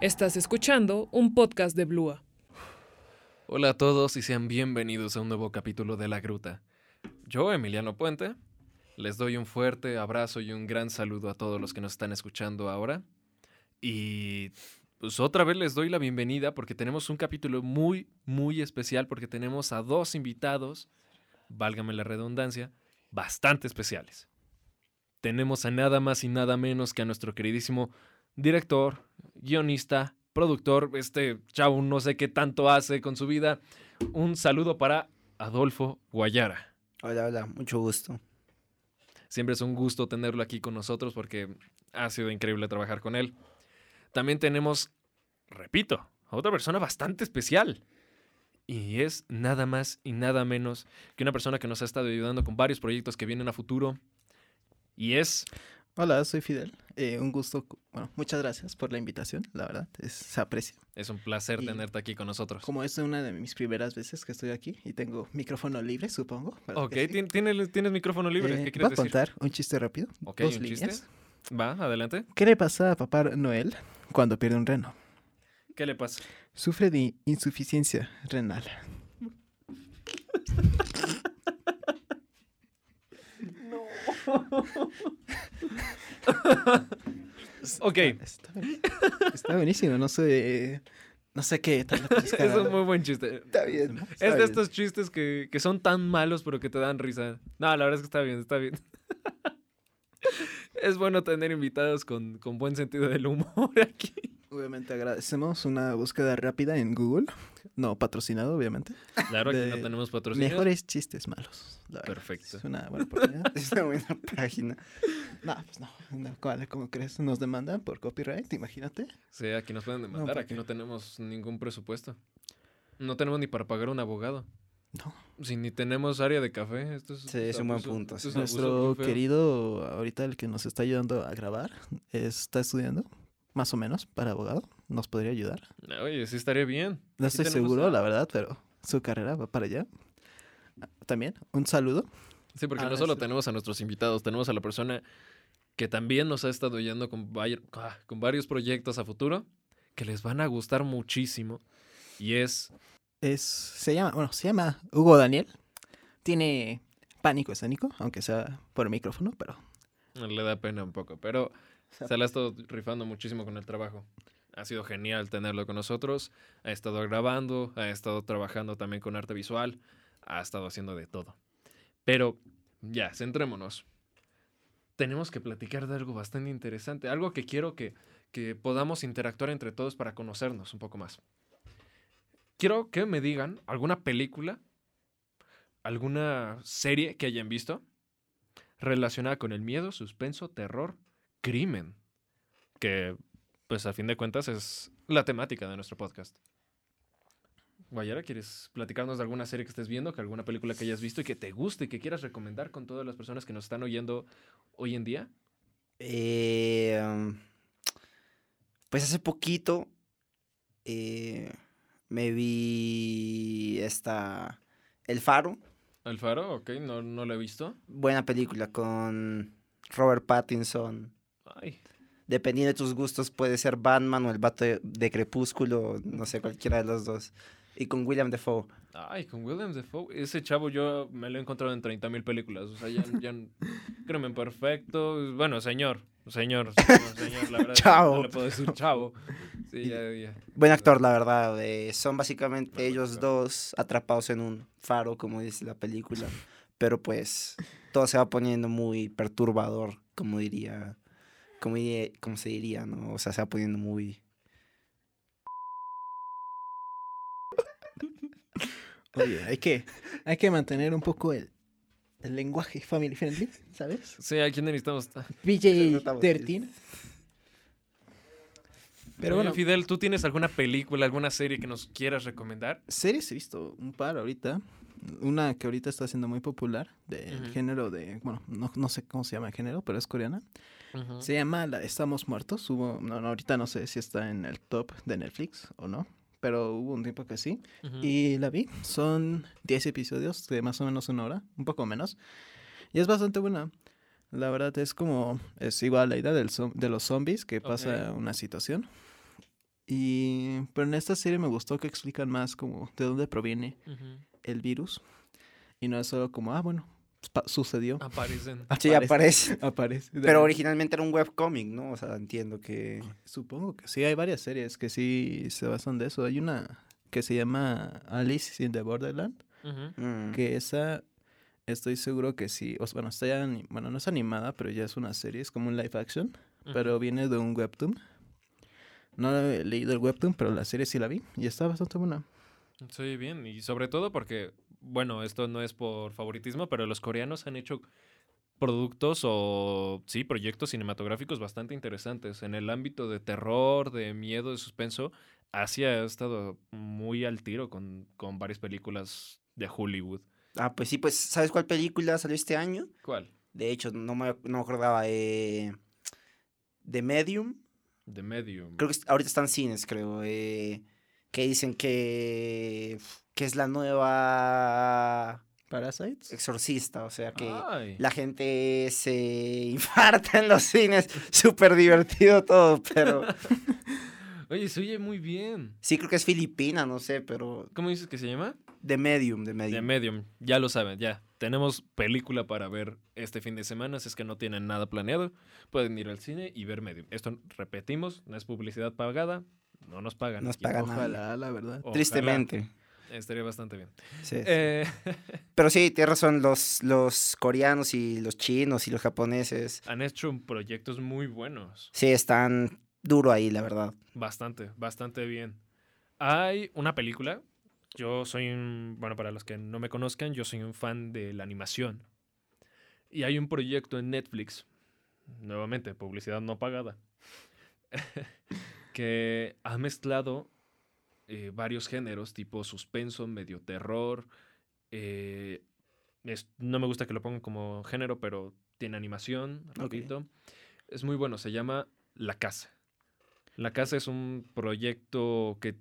Estás escuchando un podcast de Blua. Hola a todos y sean bienvenidos a un nuevo capítulo de La Gruta. Yo, Emiliano Puente, les doy un fuerte abrazo y un gran saludo a todos los que nos están escuchando ahora. Y pues otra vez les doy la bienvenida porque tenemos un capítulo muy, muy especial porque tenemos a dos invitados, válgame la redundancia, bastante especiales. Tenemos a nada más y nada menos que a nuestro queridísimo director, guionista, productor, este chavo no sé qué tanto hace con su vida. Un saludo para Adolfo Guayara. Hola, hola, mucho gusto. Siempre es un gusto tenerlo aquí con nosotros porque ha sido increíble trabajar con él. También tenemos, repito, a otra persona bastante especial. Y es nada más y nada menos que una persona que nos ha estado ayudando con varios proyectos que vienen a futuro. Y es Hola, soy Fidel. Eh, un gusto, bueno, muchas gracias por la invitación, la verdad, es- se aprecia. Es un placer Y- tenerte aquí con nosotros. Como es una de mis primeras veces que estoy aquí y tengo micrófono libre, supongo. ¿verdad Ok, que sí? tien- tienes, tienes micrófono libre. Eh, ¿Qué voy quieres a decir? contar un chiste rápido, Ok, dos ¿un chiste? líneas. Va, adelante. ¿Qué le pasa a Papá Noel cuando pierde un reno? ¿Qué le pasa? Sufre de insuficiencia renal. Ok, Está, bien. Está buenísimo, no sé, no sé qué tal. la eso es un muy buen chiste. Está bien. está Es de bien. estos chistes que, que son tan malos pero que te dan risa. No, la verdad es que está bien, está bien. es bueno tener invitados con, con buen sentido del humor aquí. Obviamente agradecemos una búsqueda rápida en Google, no patrocinado, obviamente. Claro, aquí De no tenemos patrocinio. Mejores chistes malos. la verdad. Perfecto. Es una buena oportunidad. es una buena página. No, pues no. no, ¿cuál? ¿Cómo crees? Nos demandan por copyright, imagínate. Sí, aquí nos pueden demandar, ¿por aquí qué? no tenemos ningún presupuesto. No tenemos ni para pagar un abogado. No. Si ni tenemos área de café, esto es, Sí, es un buen punto, esto sí. es abuso Nuestro muy feo. querido, ahorita el que nos está ayudando a grabar, está estudiando, más o menos, para abogado. Nos podría ayudar. No, Oye, sí estaría bien. No Sí estoy tenemos seguro, a- la verdad, pero su carrera va para allá. También, un saludo. Sí, porque Ah, no solo sí. tenemos a nuestros invitados, tenemos a la persona que también nos ha estado ayudando con, vai- ah, con varios proyectos a futuro que les van a gustar muchísimo. Y es, Es, se llama, bueno, se llama Hugo Daniel. Tiene pánico escénico, aunque sea por micrófono, pero le da pena un poco, pero se la ha estado rifando muchísimo con el trabajo. Ha sido genial tenerlo con nosotros. Ha estado grabando, ha estado trabajando también con arte visual, ha estado haciendo de todo. Pero ya, centrémonos. Tenemos que platicar de algo bastante interesante, algo que quiero que, que podamos interactuar entre todos para conocernos un poco más. Quiero que me digan alguna película, alguna serie que hayan visto relacionada con el miedo, suspenso, terror, crimen, que pues a fin de cuentas es la temática de nuestro podcast. Guayara, ¿quieres platicarnos de alguna serie que estés viendo, que alguna película que hayas visto y que te guste y que quieras recomendar con todas las personas que nos están oyendo hoy en día? Eh, um, pues hace poquito eh, me vi esta El Faro, El Faro, ok, no, no lo he visto. buena película con Robert Pattinson. Ay, Dependiendo de tus gustos puede ser Batman o el vato de, de Crepúsculo, no sé, cualquiera de los dos. Y con William Defoe. ay, con William Defoe. Ese chavo yo me lo he encontrado en 30.000 películas. O sea, ya, ya crimen perfecto. Bueno, señor, señor, señor, señor, la verdad. es que Chavo. No le puedo decir chavo. Sí, ya, ya. Buen actor, la verdad. eh, son básicamente Buen ellos actor. dos atrapados en un faro, como dice la película. Pero pues todo se va poniendo muy perturbador, como diría, como, diría- como se diría, ¿no? O sea, se va poniendo muy... Oye, hay que, hay que mantener un poco el, el lenguaje family friendly, ¿sabes? Sí, aquí necesitamos. nota BJ13. Pero Pero bueno, Fidel, ¿tú tienes alguna película, alguna serie que nos quieras recomendar? series he visto un par ahorita. Una que ahorita está siendo muy popular del Ujú. género de, bueno, no, no sé cómo se llama el género, pero es coreana. Sí. Se llama La de Estamos Muertos. Hubo, no, no, ahorita no sé si está en el top de Netflix o no, pero hubo un tiempo que sí. Y la vi. Son 10 episodios de más o menos una hora, un poco menos. Y es bastante buena. La verdad es como, es igual la idea del zom- de los zombies que pasa una situación. Y, pero en esta serie me gustó que explican más como de dónde proviene Ujú. el virus. Y no es solo como, ah, bueno, pa- sucedió. Ah. Aparecen. Sí, aparece. Aparece. Pero originalmente era un webcomic, ¿no? O sea, entiendo que... Supongo que sí, hay varias series que sí se basan de eso. Hay una que se llama Alice in the Borderland, Ujú. mm, que esa estoy seguro que sí, o sea, bueno, está ya ani- bueno, no es animada, pero ya es una serie, es como un live action, Ujú. pero viene de un webtoon. No he leído el webtoon, pero la serie sí la vi y está bastante buena. Sí, bien. Y sobre todo porque, bueno, esto no es por favoritismo, pero los coreanos han hecho productos o, sí, proyectos cinematográficos bastante interesantes en el ámbito de terror, de miedo, de suspenso. Asia ha estado muy al tiro con, con varias películas de Hollywood. Ah, pues sí, pues, ¿sabes cuál película salió este año? ¿Cuál? De hecho, no me, no me acordaba. Eh, The Medium. The Medium. Creo que est- ahorita están cines, creo. eh, que dicen que, que es la nueva Parasites. exorcista. O sea, que Ay. la gente se infarta en los cines. Súper divertido todo, pero... Oye, se oye muy bien. Sí, creo que es filipina, no sé, pero... ¿Cómo dices que se llama? The Medium, The Medium. The Medium. Ya lo saben, ya. Tenemos película para ver este fin de semana, si es que no tienen nada planeado. Pueden ir al cine y ver Medium. Esto, repetimos, no es publicidad pagada, no nos pagan. Nos aquí. pagan. Ojalá, la verdad. Ojalá. Tristemente. Estaría bastante bien. Sí, sí. Eh, Pero sí, tienes razón, los, los coreanos y los chinos y los japoneses, han hecho proyectos muy buenos. sí, están duro ahí, la verdad. Bastante, bastante bien. Hay una película. Yo soy un. Bueno, para los que no me conozcan, yo soy un fan de la animación. Y hay un proyecto en Netflix. Nuevamente, publicidad no pagada. que ha mezclado eh, varios géneros, tipo suspenso, medio terror. eh, es- no me gusta que lo pongan como género, pero tiene animación, rapidito. Es muy bueno, se llama La Casa. La Casa es un proyecto que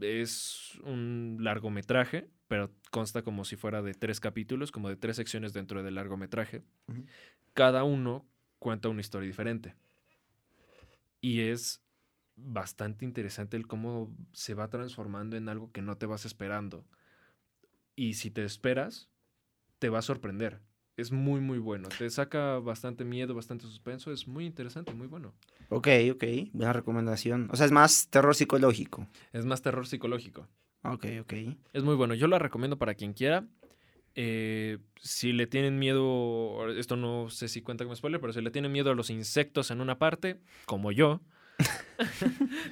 es un largometraje, pero consta como si fuera de tres capítulos, como de tres secciones dentro del largometraje. Ujú. Cada uno cuenta una historia diferente. Y es bastante interesante el cómo se va transformando en algo que no te vas esperando. Y si te esperas, te va a sorprender. Es muy, muy bueno. Te saca bastante miedo, bastante suspenso. Es muy interesante, muy bueno. Ok, ok, buena recomendación. O sea, es más terror psicológico. Es más terror psicológico. Ok, ok. Es muy bueno. Yo la recomiendo para quien quiera. Eh, si le tienen miedo, esto no sé si cuenta como spoiler, pero si le tienen miedo a los insectos en una parte, como yo,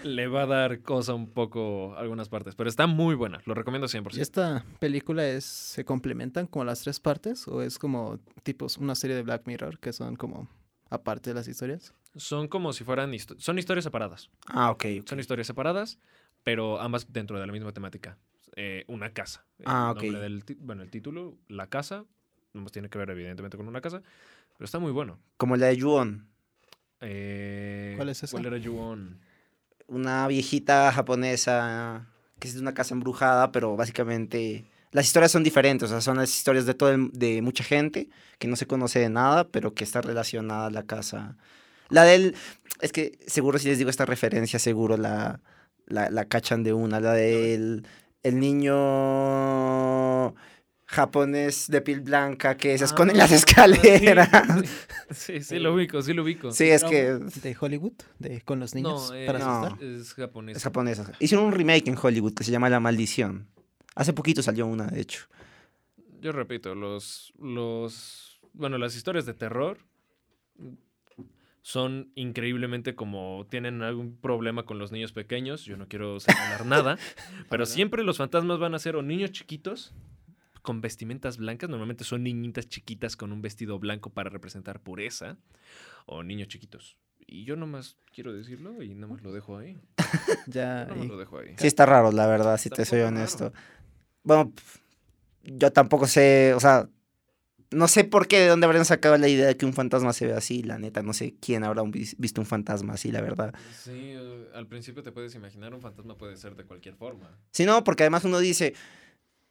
le va a dar cosa un poco algunas partes. Pero está muy buena. Lo recomiendo 100%. ¿Y esta película es, se complementan como las tres partes o es como tipos una serie de Black Mirror que son como aparte de las historias? Son como si fueran... histo- son historias separadas. Ah, ok. ok. Son historias separadas, pero ambas dentro de la misma temática. Eh, una casa. El Ah, ok. nombre del ti- bueno, el título, La Casa. No más tiene que ver evidentemente con una casa, pero está muy bueno. Como la de Yuon, Eh, ¿Cuál es esa? ¿Cuál era Yuon? una viejita japonesa que es de una casa embrujada, pero básicamente las historias son diferentes. O sea, son las historias de, todo el- de mucha gente que no se conoce de nada, pero que está relacionada a la casa. La del... Es que seguro si les digo esta referencia, seguro la, la, la cachan de una. La del el niño japonés de piel blanca que se esconde en las Ah, escaleras. Sí, sí, sí, lo ubico, sí lo ubico. Sí, es que De Hollywood, de con los niños eh, para no, asustar. es japonés. es japonesa. Hicieron un remake en Hollywood que se llama La Maldición. Hace poquito salió una, de hecho. Yo repito, los, los, bueno, las historias de terror son increíblemente como tienen algún problema con los niños pequeños. Yo no quiero señalar nada, pero siempre los fantasmas van a ser o niños chiquitos con vestimentas blancas. Normalmente son niñitas chiquitas con un vestido blanco para representar pureza o niños chiquitos. Y yo nomás quiero decirlo y nomás lo dejo ahí. Ya Yo nomás ahí. lo dejo ahí. Sí, está raro, la verdad, si Está te un soy poco honesto. Bueno, pf, yo tampoco sé, o sea, no sé por qué, de dónde habrían sacado la idea de que un fantasma se ve así, la neta, no sé quién habrá un vis- visto un fantasma así, la verdad. Sí, eh, al principio te puedes imaginar, un fantasma puede ser de cualquier forma. Sí, no, porque además uno dice,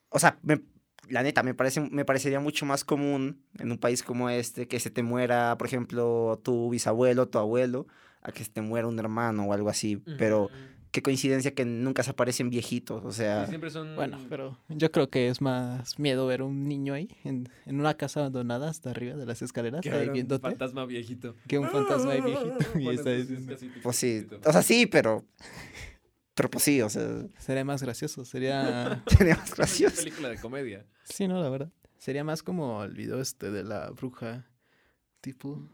o sea, me- la neta, me, parece, me parecería mucho más común en un país como este que se te muera, por ejemplo, tu bisabuelo, tu abuelo, a que se te muera un hermano o algo así, pero... qué coincidencia que nunca se aparecen viejitos, o sea, Sí, siempre son. Bueno, pero yo creo que es más miedo ver un niño ahí, en, en una casa abandonada hasta arriba de las escaleras, que ahí era un viéndote, fantasma viejito. que un fantasma ahí viejito. y Bueno, está pues, es diciendo, casi pues sí, viejito. o sea, sí, pero, pero pues sí, o sea, sería más gracioso, sería... sería más Es una gracioso. película de comedia. Sí, no, la verdad. Sería más como el video este de la bruja, tipo...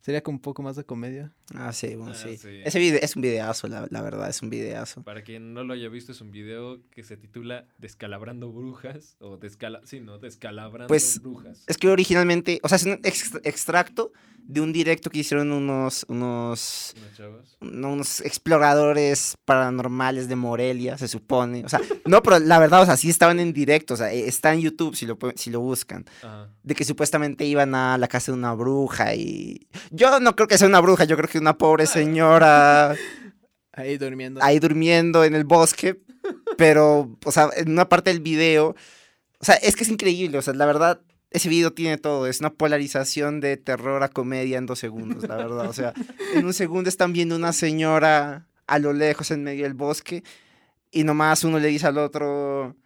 Sería con un poco más de comedia. Ah, sí, bueno, Ah, sí. sí. Ese video es un videazo, la, la verdad, es un videazo. Para quien no lo haya visto, es un video que se titula Descalabrando Brujas. O descala... Sí, no, Descalabrando Pues, Brujas. Es que originalmente, o sea, es un ex- extracto de un directo que hicieron unos, unos, ¿No, chavos? no, unos exploradores paranormales de Morelia, se supone. O sea, no, pero la verdad, o sea, sí estaban en directo, o sea, eh, está en YouTube si lo, pu- si lo buscan. Ajá. De que supuestamente iban a la casa de una bruja y... Yo no creo que sea una bruja, yo creo que una pobre señora Ahí durmiendo. ahí durmiendo en el bosque, pero, o sea, en una parte del video, o sea, es que es increíble, o sea, la verdad, ese video tiene todo, es una polarización de terror a comedia en dos segundos, la verdad, o sea, en un segundo están viendo una señora a lo lejos en medio del bosque y nomás uno le dice al otro...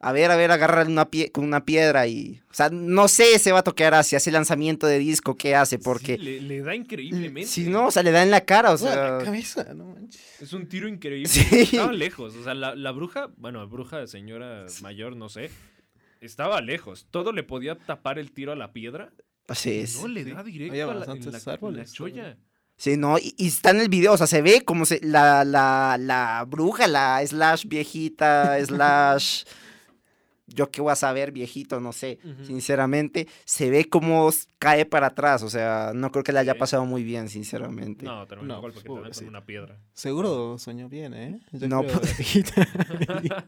A ver, a ver, agarrar una pie con una piedra y... O sea, no sé se va a tocar hacia ese lanzamiento de disco, ¿qué hace? Porque... Sí, le, le da increíblemente. si no, o sea, le da en la cara, o Uy, a sea... la cabeza, no manches. Es un tiro increíble. Sí. Estaba lejos. O sea, la, la bruja, bueno, bruja, señora mayor, no sé. Estaba lejos. Todo le podía tapar el tiro a la piedra. Sí, y sí. no le sí. da directo Oye, a la, bastantes en la- en la árboles, cholla. Sí, no, y, y está en el video, o sea, se ve como se, la, la, la bruja, la slash viejita, slash... Yo qué voy a saber, viejito, no sé. Ujú. Sinceramente, se ve como s- cae para atrás, o sea, no creo que le haya Sí. pasado muy bien, sinceramente. No, terminó No, igual porque pues, también con pobrecita. una piedra. Seguro soñó bien, ¿eh? Yo No, creo, pues- la viejita.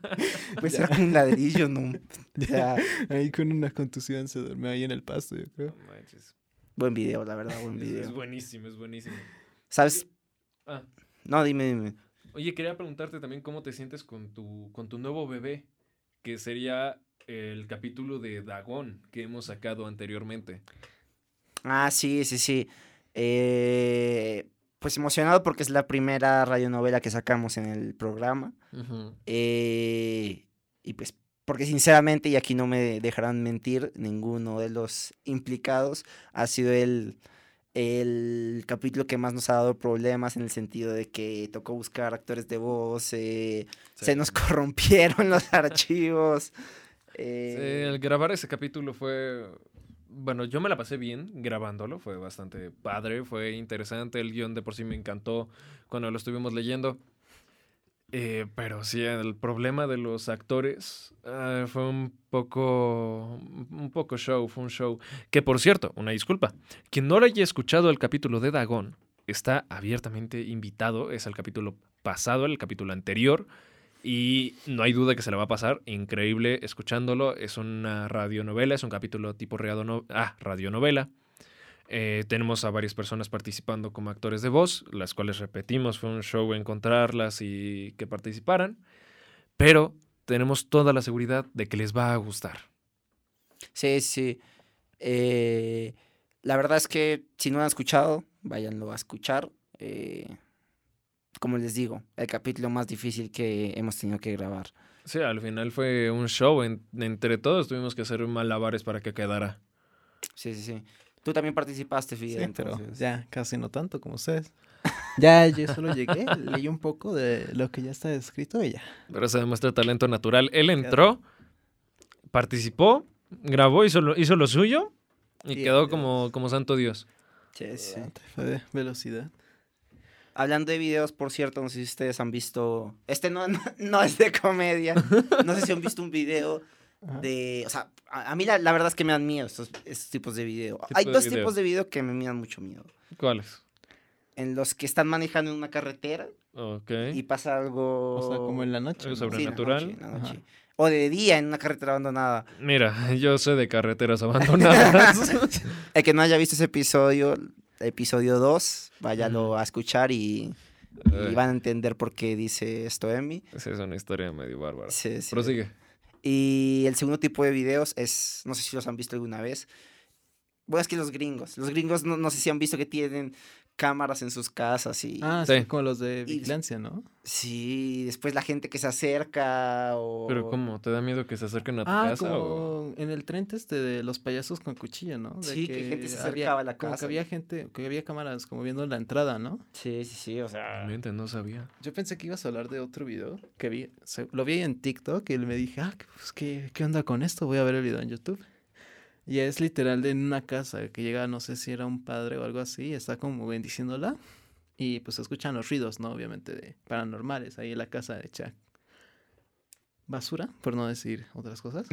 Puede ser con un ladrillo, ¿no? O pues, sea, ahí con una contusión se durmió ahí en el pasto, yo creo. No manches. buen video, la verdad, buen Es, es video. buenísimo, es buenísimo. ¿Sabes? Ah, No, dime, dime. oye, quería preguntarte también cómo te sientes con tu, con tu nuevo bebé, que sería el capítulo de Dagón que hemos sacado anteriormente. Ah, sí, sí, sí. Eh, pues emocionado porque es la primera radionovela que sacamos en el programa. Eh, y pues, porque sinceramente, y aquí no me dejarán mentir, ninguno de los implicados ha sido el, el capítulo que más nos ha dado problemas en el sentido de que tocó buscar actores de voz, eh, se nos corrompieron los archivos. Sí, eh, el grabar ese capítulo fue. Bueno, yo me la pasé bien grabándolo, fue bastante padre, fue interesante, el guión de por sí me encantó cuando lo estuvimos leyendo. Eh, pero sí, el problema de los actores ah, fue un poco, un poco show, fue un show. Que por cierto, una disculpa, quien no lo haya escuchado el capítulo de Dagón está abiertamente invitado, es el capítulo pasado, el capítulo anterior, y no hay duda que se la va a pasar increíble escuchándolo. Es una radionovela, es un capítulo tipo radiono- ah, radionovela. Eh, tenemos a varias personas participando como actores de voz, las cuales repetimos, fue un show encontrarlas y que participaran. Pero tenemos toda la seguridad de que les va a gustar. Sí, sí. Eh, la verdad es que si no lo han escuchado, váyanlo a escuchar. Eh, como les digo, el capítulo más difícil que hemos tenido que grabar. Sí, al final fue un show. en- entre todos tuvimos que hacer malabares para que quedara. Sí, sí, sí. Tú también participaste, Sí, Fidel. pero entonces. ya casi no tanto como ustedes. Ya, yo solo llegué, leí un poco de lo que ya está escrito y ya. Pero se demuestra talento natural. Él entró, participó, grabó, hizo lo, hizo lo suyo y Sí, quedó Dios. como, como santo Dios. Sí, sí. Ah, Fue de velocidad. Hablando de videos, por cierto, no sé si ustedes han visto. Este no, no, no es de comedia. No sé si han visto un video Ajá. de. O sea, a, a mí la, la verdad es que me dan miedo estos, estos tipos de video. Tipo Hay de dos video. tipos de video que me dan mucho miedo. ¿Cuáles? En los que están manejando en una carretera Ok. y pasa algo. O sea, como en la noche. Algo ¿no? sobre- Sí, en la sobrenatural. noche, en la noche. Ajá. O de día en una carretera abandonada. Mira, yo sé de carreteras abandonadas. El que no haya visto ese episodio, episodio 2, váyalo Ujú. a escuchar y, y Eh. Ay, van a entender por qué dice esto Emi. Eh, Esa es una historia medio bárbara. Sí, sí. Prosigue. Y el segundo tipo de videos es, no sé si los han visto alguna vez. Bueno, es que los gringos, los gringos no, no sé si han visto que tienen cámaras en sus casas y... Ah, Sí. sí, como los de Y- vigilancia, ¿no? Sí, después la gente que se acerca o... Pero ¿cómo? ¿Te da miedo que se acerquen a tu Ah, casa? o- como en el tren este de los payasos con cuchillo, ¿no? De Sí, que gente se había- acercaba a la como casa. que había gente, que había cámaras como viendo la entrada, ¿no? Sí, sí, sí, o sea... Realmente no sabía. Yo pensé que ibas a hablar de otro video que vi, se- lo vi en TikTok y me dije, ah, pues, ¿qué, ¿qué onda con esto? Voy a ver el video en YouTube. Y es literal de en una casa que llega, no sé si era un padre o algo así, y está como bendiciéndola y pues se escuchan los ruidos, ¿no? Obviamente de paranormales ahí en la casa hecha basura, por no decir otras cosas.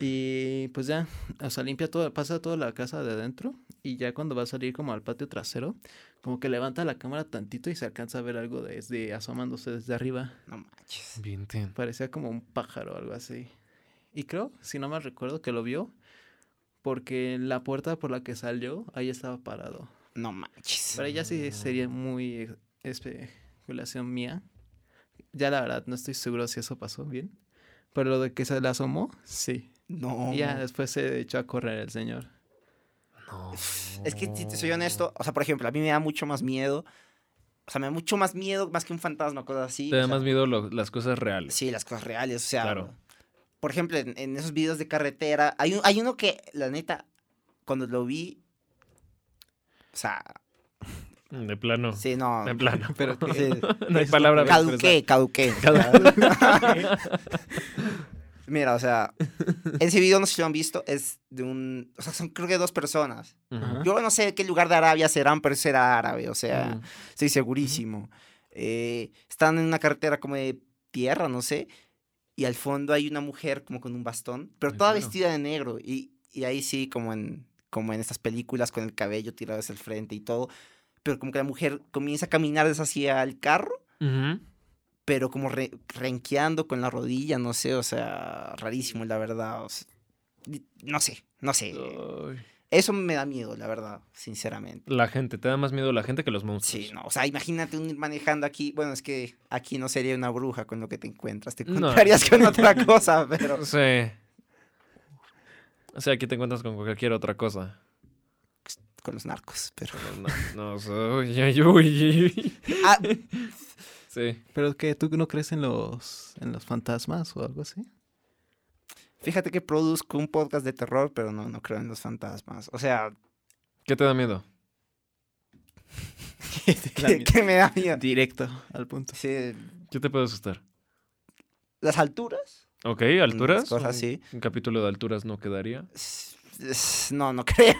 y pues ya, o sea, limpia toda, pasa toda la casa de adentro y ya cuando va a salir como al patio trasero, como que levanta la cámara tantito y se alcanza a ver algo desde asomándose desde arriba. No manches. Bien, ten. Parecía como un pájaro o algo así. Y creo, si no mal recuerdo, que lo vio porque la puerta por la que salió, ahí estaba parado. No manches. Para ella sí sería muy eh, especulación mía. Ya la verdad, no estoy seguro si eso pasó bien. Pero lo de que se la asomó, sí. No. Y ya después se echó a correr el señor. No. Es que si te soy honesto, o sea, por ejemplo, a mí me da mucho más miedo. O sea, me da mucho más miedo más que un fantasma, cosas así. Te o da sea, más miedo lo- las cosas reales. Sí, las cosas reales, o sea. Claro. Por ejemplo, en, en esos videos de carretera, hay, un- hay uno que, la neta, cuando lo vi. O sea, De plano. sí, no. De plano. Pero que- Sí, no hay palabra para expresar. caduqué, caduqué. Mira, o sea, ese video no sé si lo han visto, es de un. O sea, son creo que dos personas. Ujú. Yo no sé de qué lugar de Arabia serán, pero será árabe, o sea. Ujú. Estoy segurísimo. Eh, están en una carretera como de tierra, no sé. Y al fondo hay una mujer como con un bastón, pero De toda negro. vestida de negro. Y, y ahí sí, como en, como en estas películas, con el cabello tirado hacia el frente y todo. Pero como que la mujer comienza a caminar hacia el carro, Ujú. pero como re- renqueando con la rodilla, no sé. O sea, rarísimo, la verdad. o sea, di- no sé, no sé. Ay. Eso me da miedo, la verdad, sinceramente. La gente, te da más miedo la gente que los monstruos. Sí, no, o sea, imagínate un manejando aquí, bueno, es que aquí no sería una bruja con lo que te encuentras, te No. encontrarías con otra cosa, pero... Sí. O sea, aquí te encuentras con cualquier otra cosa. Con los narcos, pero... Pero No, no, o sea, uy, uy, uy, uy. Ah, Sí. Pero que tú no crees en los, en los fantasmas o algo así. fíjate que produzco un podcast de terror, pero no, no creo en los fantasmas. O sea, ¿Qué te da miedo? La que, mía. que me da miedo. Directo al punto. Sí, ¿Qué te puede asustar? las alturas. Ok, Unas alturas. Cosas Un- así. Un capítulo de alturas no quedaría. S- s- No, no creo.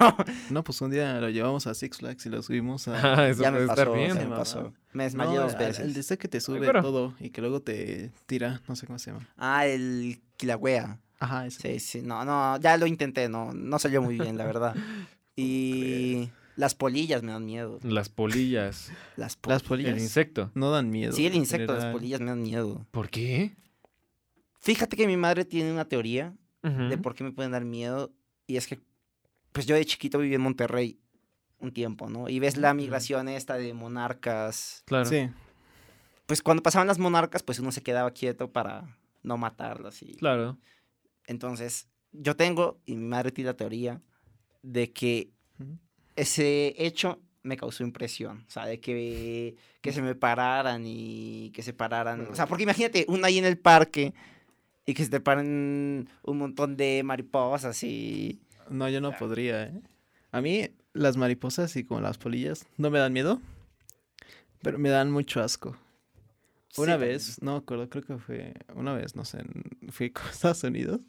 No, pues un día lo llevamos a Six Flags y lo subimos a... Ah, eso ya puede me estar pasó, bien. ya me mamá. pasó. Me desmayé No, dos al- veces. El de este que te sube pero- todo y que luego te tira, no sé cómo se llama. Ah, el Kilauea. Ajá, ese. Sí, sí, no, no, ya lo intenté, no, no salió muy bien, la verdad. Y las polillas me dan miedo. Las polillas. Las polillas. Las El polillas insecto. no dan miedo. Sí, el en insecto, las general. polillas me dan miedo. ¿Por qué? Fíjate que mi madre tiene una teoría de Ujú. por qué me pueden dar miedo. Y es que, pues yo de chiquito viví en Monterrey un tiempo, ¿no? Y ves la migración esta de monarcas. Claro. Sí, Pues cuando pasaban las monarcas, pues uno se quedaba quieto para no matarlas. Y... Claro. Entonces, yo tengo, y mi madre tiene la teoría, de que Ujú. ese hecho me causó impresión. O sea, de que, que se me pararan y que se pararan. O sea, porque imagínate, uno ahí en el parque y que se te paren un montón de mariposas y... no, yo no podría, ¿eh? A mí las mariposas y como las polillas no me dan miedo, pero me dan mucho asco. Una Sí, vez, no me acuerdo, creo que fue una vez, no sé, en- fui con Estados Unidos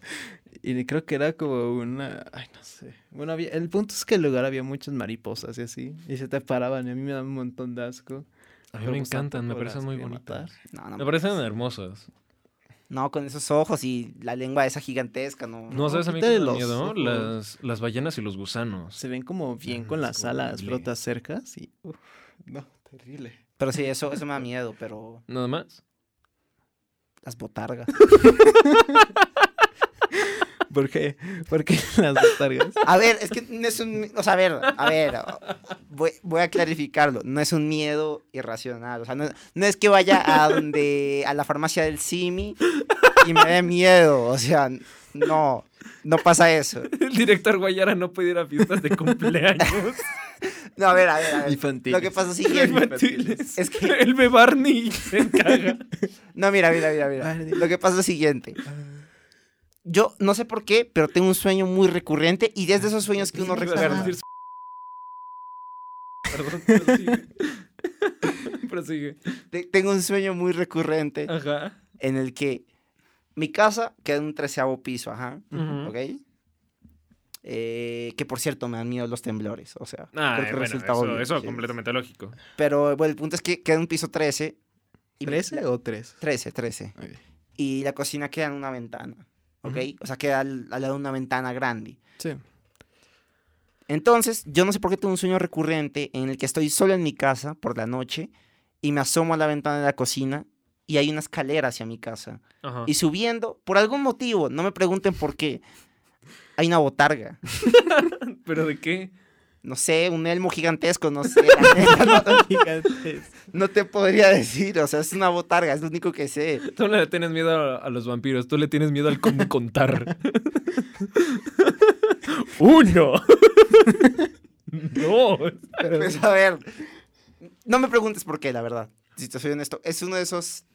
y creo que era como una, ay, no sé. Bueno, había- el punto es que el lugar había muchas mariposas y así, y se te paraban y a mí me dan un montón de asco. A mí Pero me pues encantan, me tampoco parecen las muy quería matar. bonitas. también. pues, No, no, Me parecen hermosas. no, con esos ojos y la lengua esa gigantesca, no. No, sabes a mí qué quítale me da los miedo. ojos. Las, las ballenas y los gusanos. Se ven Ah, como bien con las asco alas, pero horrible. te acercas y, uf, no, terrible. Pero sí, eso, eso me da miedo, pero Nada más. las botargas. ¿Por qué? ¿Por qué las botargas? A ver, es que no es un... O sea, a ver, a ver, voy, voy a clarificarlo. No es un miedo irracional. O sea, no, no es que vaya a donde... a la farmacia del Simi y me dé miedo. O sea, no, no pasa eso. El director Guayara no puede ir a fiestas de cumpleaños. No, a ver, a ver, a ver. Infantiles. Lo que pasa sí que- Infantiles. es que El ve Barney y se caga. No, mira, mira, mira, mira. Vale. Lo que pasa es lo siguiente. Yo no sé por qué, pero tengo un sueño muy recurrente y desde esos sueños que uno Ibas a recuerda. decir su- Perdón, prosigue. prosigue. Te- Tengo un sueño muy recurrente Ajá. en el que mi casa queda en un treceavo piso, ajá. Ujú. ¿Ok? Eh, que por cierto me dan miedo los temblores, o sea, Ah, creo que bueno, resulta eso, obvio, eso sí. completamente lógico. Pero bueno, el punto es que queda en un piso 13. y mi- ¿Trece o tres? 13, 13. Ok. Y la cocina queda en una ventana, ¿ok? Ujú. O sea, queda al- al lado de una ventana grande. Sí. Entonces, yo no sé por qué tengo un sueño recurrente en el que estoy solo en mi casa por la noche y me asomo a la ventana de la cocina y hay una escalera hacia mi casa. Ajá. Y subiendo, por algún motivo, no me pregunten por qué, hay una botarga. ¿Pero de qué? No sé, un elmo gigantesco, no sé. la neta, no, Gigantes. no te podría decir, o sea, es una botarga, es lo único que sé. Tú no le tienes miedo a, a los vampiros, tú le tienes miedo al con- contar. ¡Uno! ¡Dos! Pues a ver, no me preguntes por qué, la verdad. Si te soy honesto, es uno de esos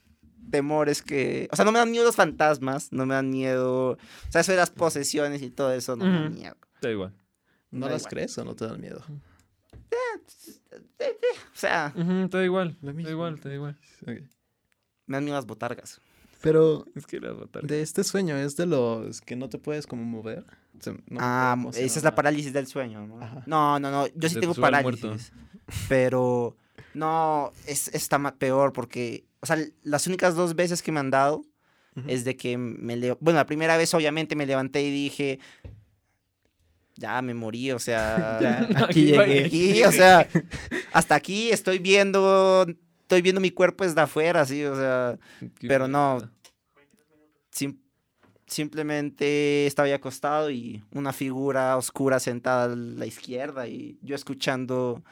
temores que, o sea, no me dan miedo los fantasmas, no me dan miedo, o sea, eso de las posesiones y todo eso no me da Ujú. miedo. Da igual. ¿No Da las igual. crees o no te dan miedo? O sea, Ujú, da igual. Lo Da mismo. igual, da igual. Ok. me dan miedo las botargas. Pero Es que era botar. de este sueño es de los que no te puedes como mover. Se- no me ah, acuerdo cómo se esa es llama. la parálisis del sueño, ¿no? Ajá. No, no, no, yo Se sí te tengo sube el muerto. parálisis. Pero no, es, está ma- peor porque, o sea, las únicas dos veces que me han dado Ujú. es de que me le- bueno, la primera vez obviamente me levanté y dije ya me morí, o sea, Ya, Aquí aquí va- llegué. aquí, o sea, hasta aquí estoy viendo estoy viendo mi cuerpo desde afuera, sí, o sea, pero no sim- simplemente estaba ya acostado y una figura oscura sentada a la izquierda y yo escuchando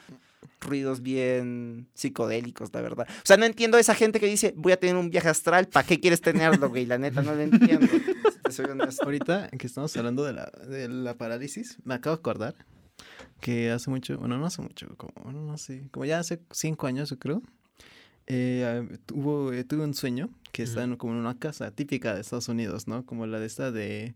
ruidos bien psicodélicos, la verdad. O sea, no entiendo a esa gente que dice, voy a tener un viaje astral, ¿para qué quieres tenerlo, güey? La neta, no lo entiendo. si te soy honesto. Ahorita que estamos hablando de la, de la parálisis, me acabo de acordar que hace mucho, bueno, no hace mucho, como, bueno, no sé, como ya hace cinco años, yo creo, eh, ah, tuvo, eh, tuve un sueño que estaba en, como en una casa típica de Estados Unidos, ¿no? Como la de esta de,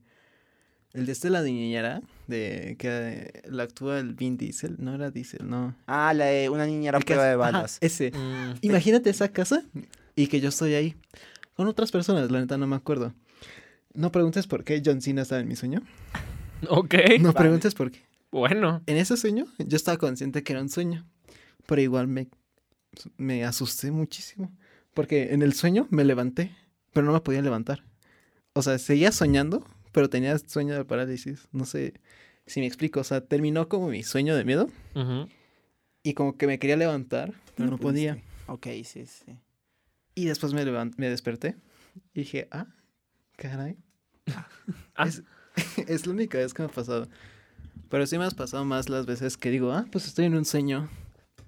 el de esta la de niñera, de que eh, la actúa el Vin Diesel, no era Diesel, no. Ah, la de una niñera a El que prueba hace- de ajá, balas. ese. Mm, Imagínate esa casa y que yo estoy ahí con otras personas, la neta no me acuerdo. No preguntes por qué John Cena estaba en mi sueño. ok. No Vale. preguntes por qué. Bueno. En ese sueño yo estaba consciente que era un sueño, pero igual me, me asusté muchísimo, porque en el sueño me levanté, pero no me podía levantar. O sea, seguía soñando, pero tenía sueño de parálisis. No sé si me explico, o sea, terminó como mi sueño de miedo Ujú. y como que me quería levantar, pero no podía. Ok, sí, sí. Y después me, levan- me desperté y dije, ah, caray. Ah, Es- Es la única vez que me ha pasado. Pero sí me has pasado más las veces que digo, ah, pues estoy en un sueño.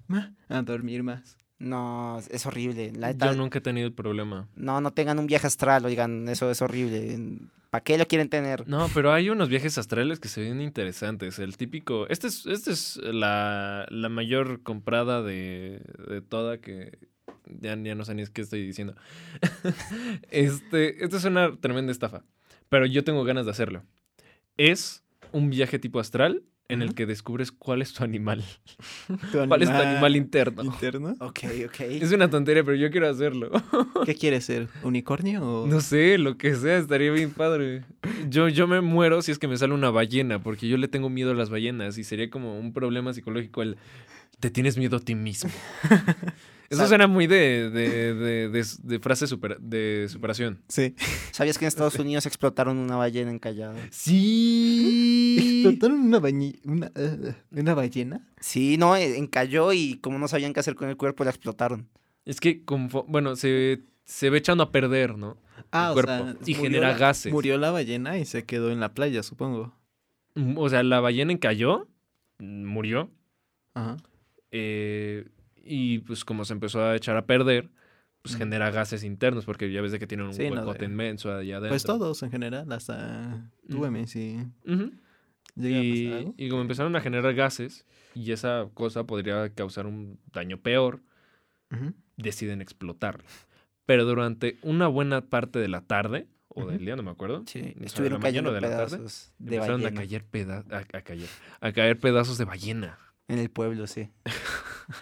Ma, a dormir más. No, es horrible. La neta, yo nunca he tenido el problema. No, no tengan un viaje astral, oigan, eso es horrible. ¿Para qué lo quieren tener? No, pero hay unos viajes astrales que se ven interesantes. El típico. Esta es, este es la, la mayor comprada de, de toda que. Ya, ya no sé ni qué estoy diciendo. este, esta es una tremenda estafa. Pero yo tengo ganas de hacerlo. Es un viaje tipo astral en el Ujú. que descubres cuál es tu animal. ¿Cuál es tu animal interno? interno? Ok, ok. Es una tontería, pero yo quiero hacerlo. ¿Qué quieres ser? ¿Unicornio o...? No sé, lo que sea, estaría bien padre. Yo, yo me muero si es que me sale una ballena, porque yo le tengo miedo a las ballenas y sería como un problema psicológico el te tienes miedo a ti mismo. Eso Sa- suena muy de, de, de, de- de frase supera- de superación. Sí. ¿Sabías que en Estados Unidos explotaron una ballena encallada? Sí. ¿Explotaron una, bañi- una, eh, una ballena? Sí, no, eh, encalló y como no sabían qué hacer con el cuerpo, la explotaron. Es que, confo- bueno, se, se ve echando a perder, ¿no? El cuerpo. Y Ah, murió genera la- gases. Murió la ballena y se quedó en la playa, supongo. Mm, O sea, la ballena encalló, murió, Ajá. Eh, y pues como se empezó a echar a perder, pues Mm. genera gases internos, porque ya ves de que tienen un Sí, no, huecote de- inmenso allá adentro. Pues todos en general, hasta Mm. duermes y Ujú. ¿Llega a Y, pasar algo? y como empezaron a generar gases y esa cosa podría causar un daño peor, Ujú. deciden explotarla. Pero durante una buena parte de la tarde o del Ujú. día, no me acuerdo. o sea, de Estuvieron la mañana cayendo o de la tarde, pedazos de Empezaron a ballena caer, peda- a, a caer, a caer pedazos de ballena. en el pueblo, sí.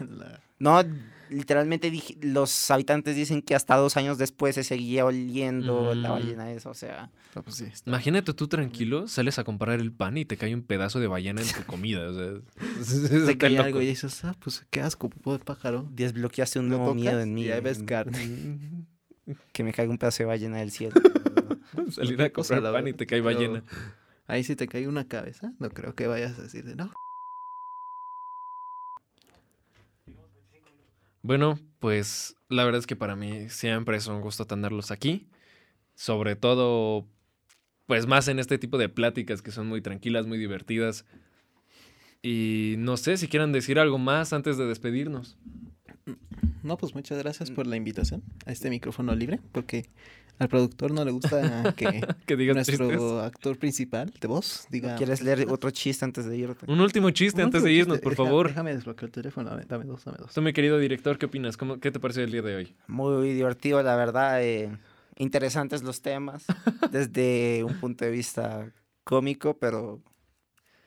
La- No, literalmente dije- los habitantes dicen que hasta dos años después se seguía oliendo la Mm. ballena esa, o sea, Ah, pues sí, está- Imagínate tú tranquilo, sales a comprar el pan y te cae un pedazo de ballena en tu comida. O sea, Te está cae loco. algo y dices, ah, pues qué asco, popó de pájaro. desbloqueaste un Lo nuevo miedo tocas en mí. y ahí ves en- carne. Que me caiga un pedazo de ballena del cielo. Salir a Qué cosa, comprar la pan y verdad, te cae pero- ballena. Ahí si te cae una cabeza, no creo que vayas a decir, no. Bueno, pues la verdad es que para mí siempre es un gusto tenerlos aquí. Sobre todo, pues más en este tipo de pláticas que son muy tranquilas, muy divertidas. Y no sé si quieran decir algo más antes de despedirnos. No, pues muchas Mm. gracias por la invitación a este micrófono libre, porque al productor no le gusta que Que digan nuestro chistes. actor principal de voz diga... "Pues, ¿Quieres leer otro chiste antes de irte? Un último chiste Un antes de último irnos, chiste, por deja- favor. Déjame desbloquear el teléfono, dame, dame dos, dame dos. Pues Tú, mi querido director, ¿qué opinas? ¿Cómo, ¿Qué te pareció el día de hoy? Muy divertido, la verdad. eh, interesantes los temas desde un punto de vista cómico, pero,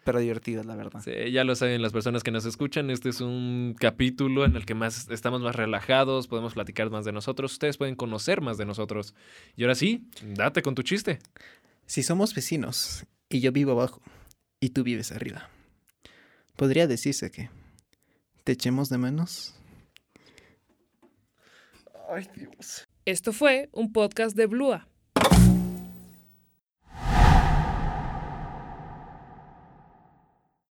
pero divertido, la verdad. Sí, ya lo saben las personas que nos escuchan. Este es un capítulo en el que más estamos más relajados, podemos platicar más de nosotros, ustedes pueden conocer más de nosotros. Y ahora sí, date con tu chiste. Si somos vecinos y yo vivo abajo y tú vives arriba, podría decirse que te echemos de menos. Esto fue un podcast de Blua.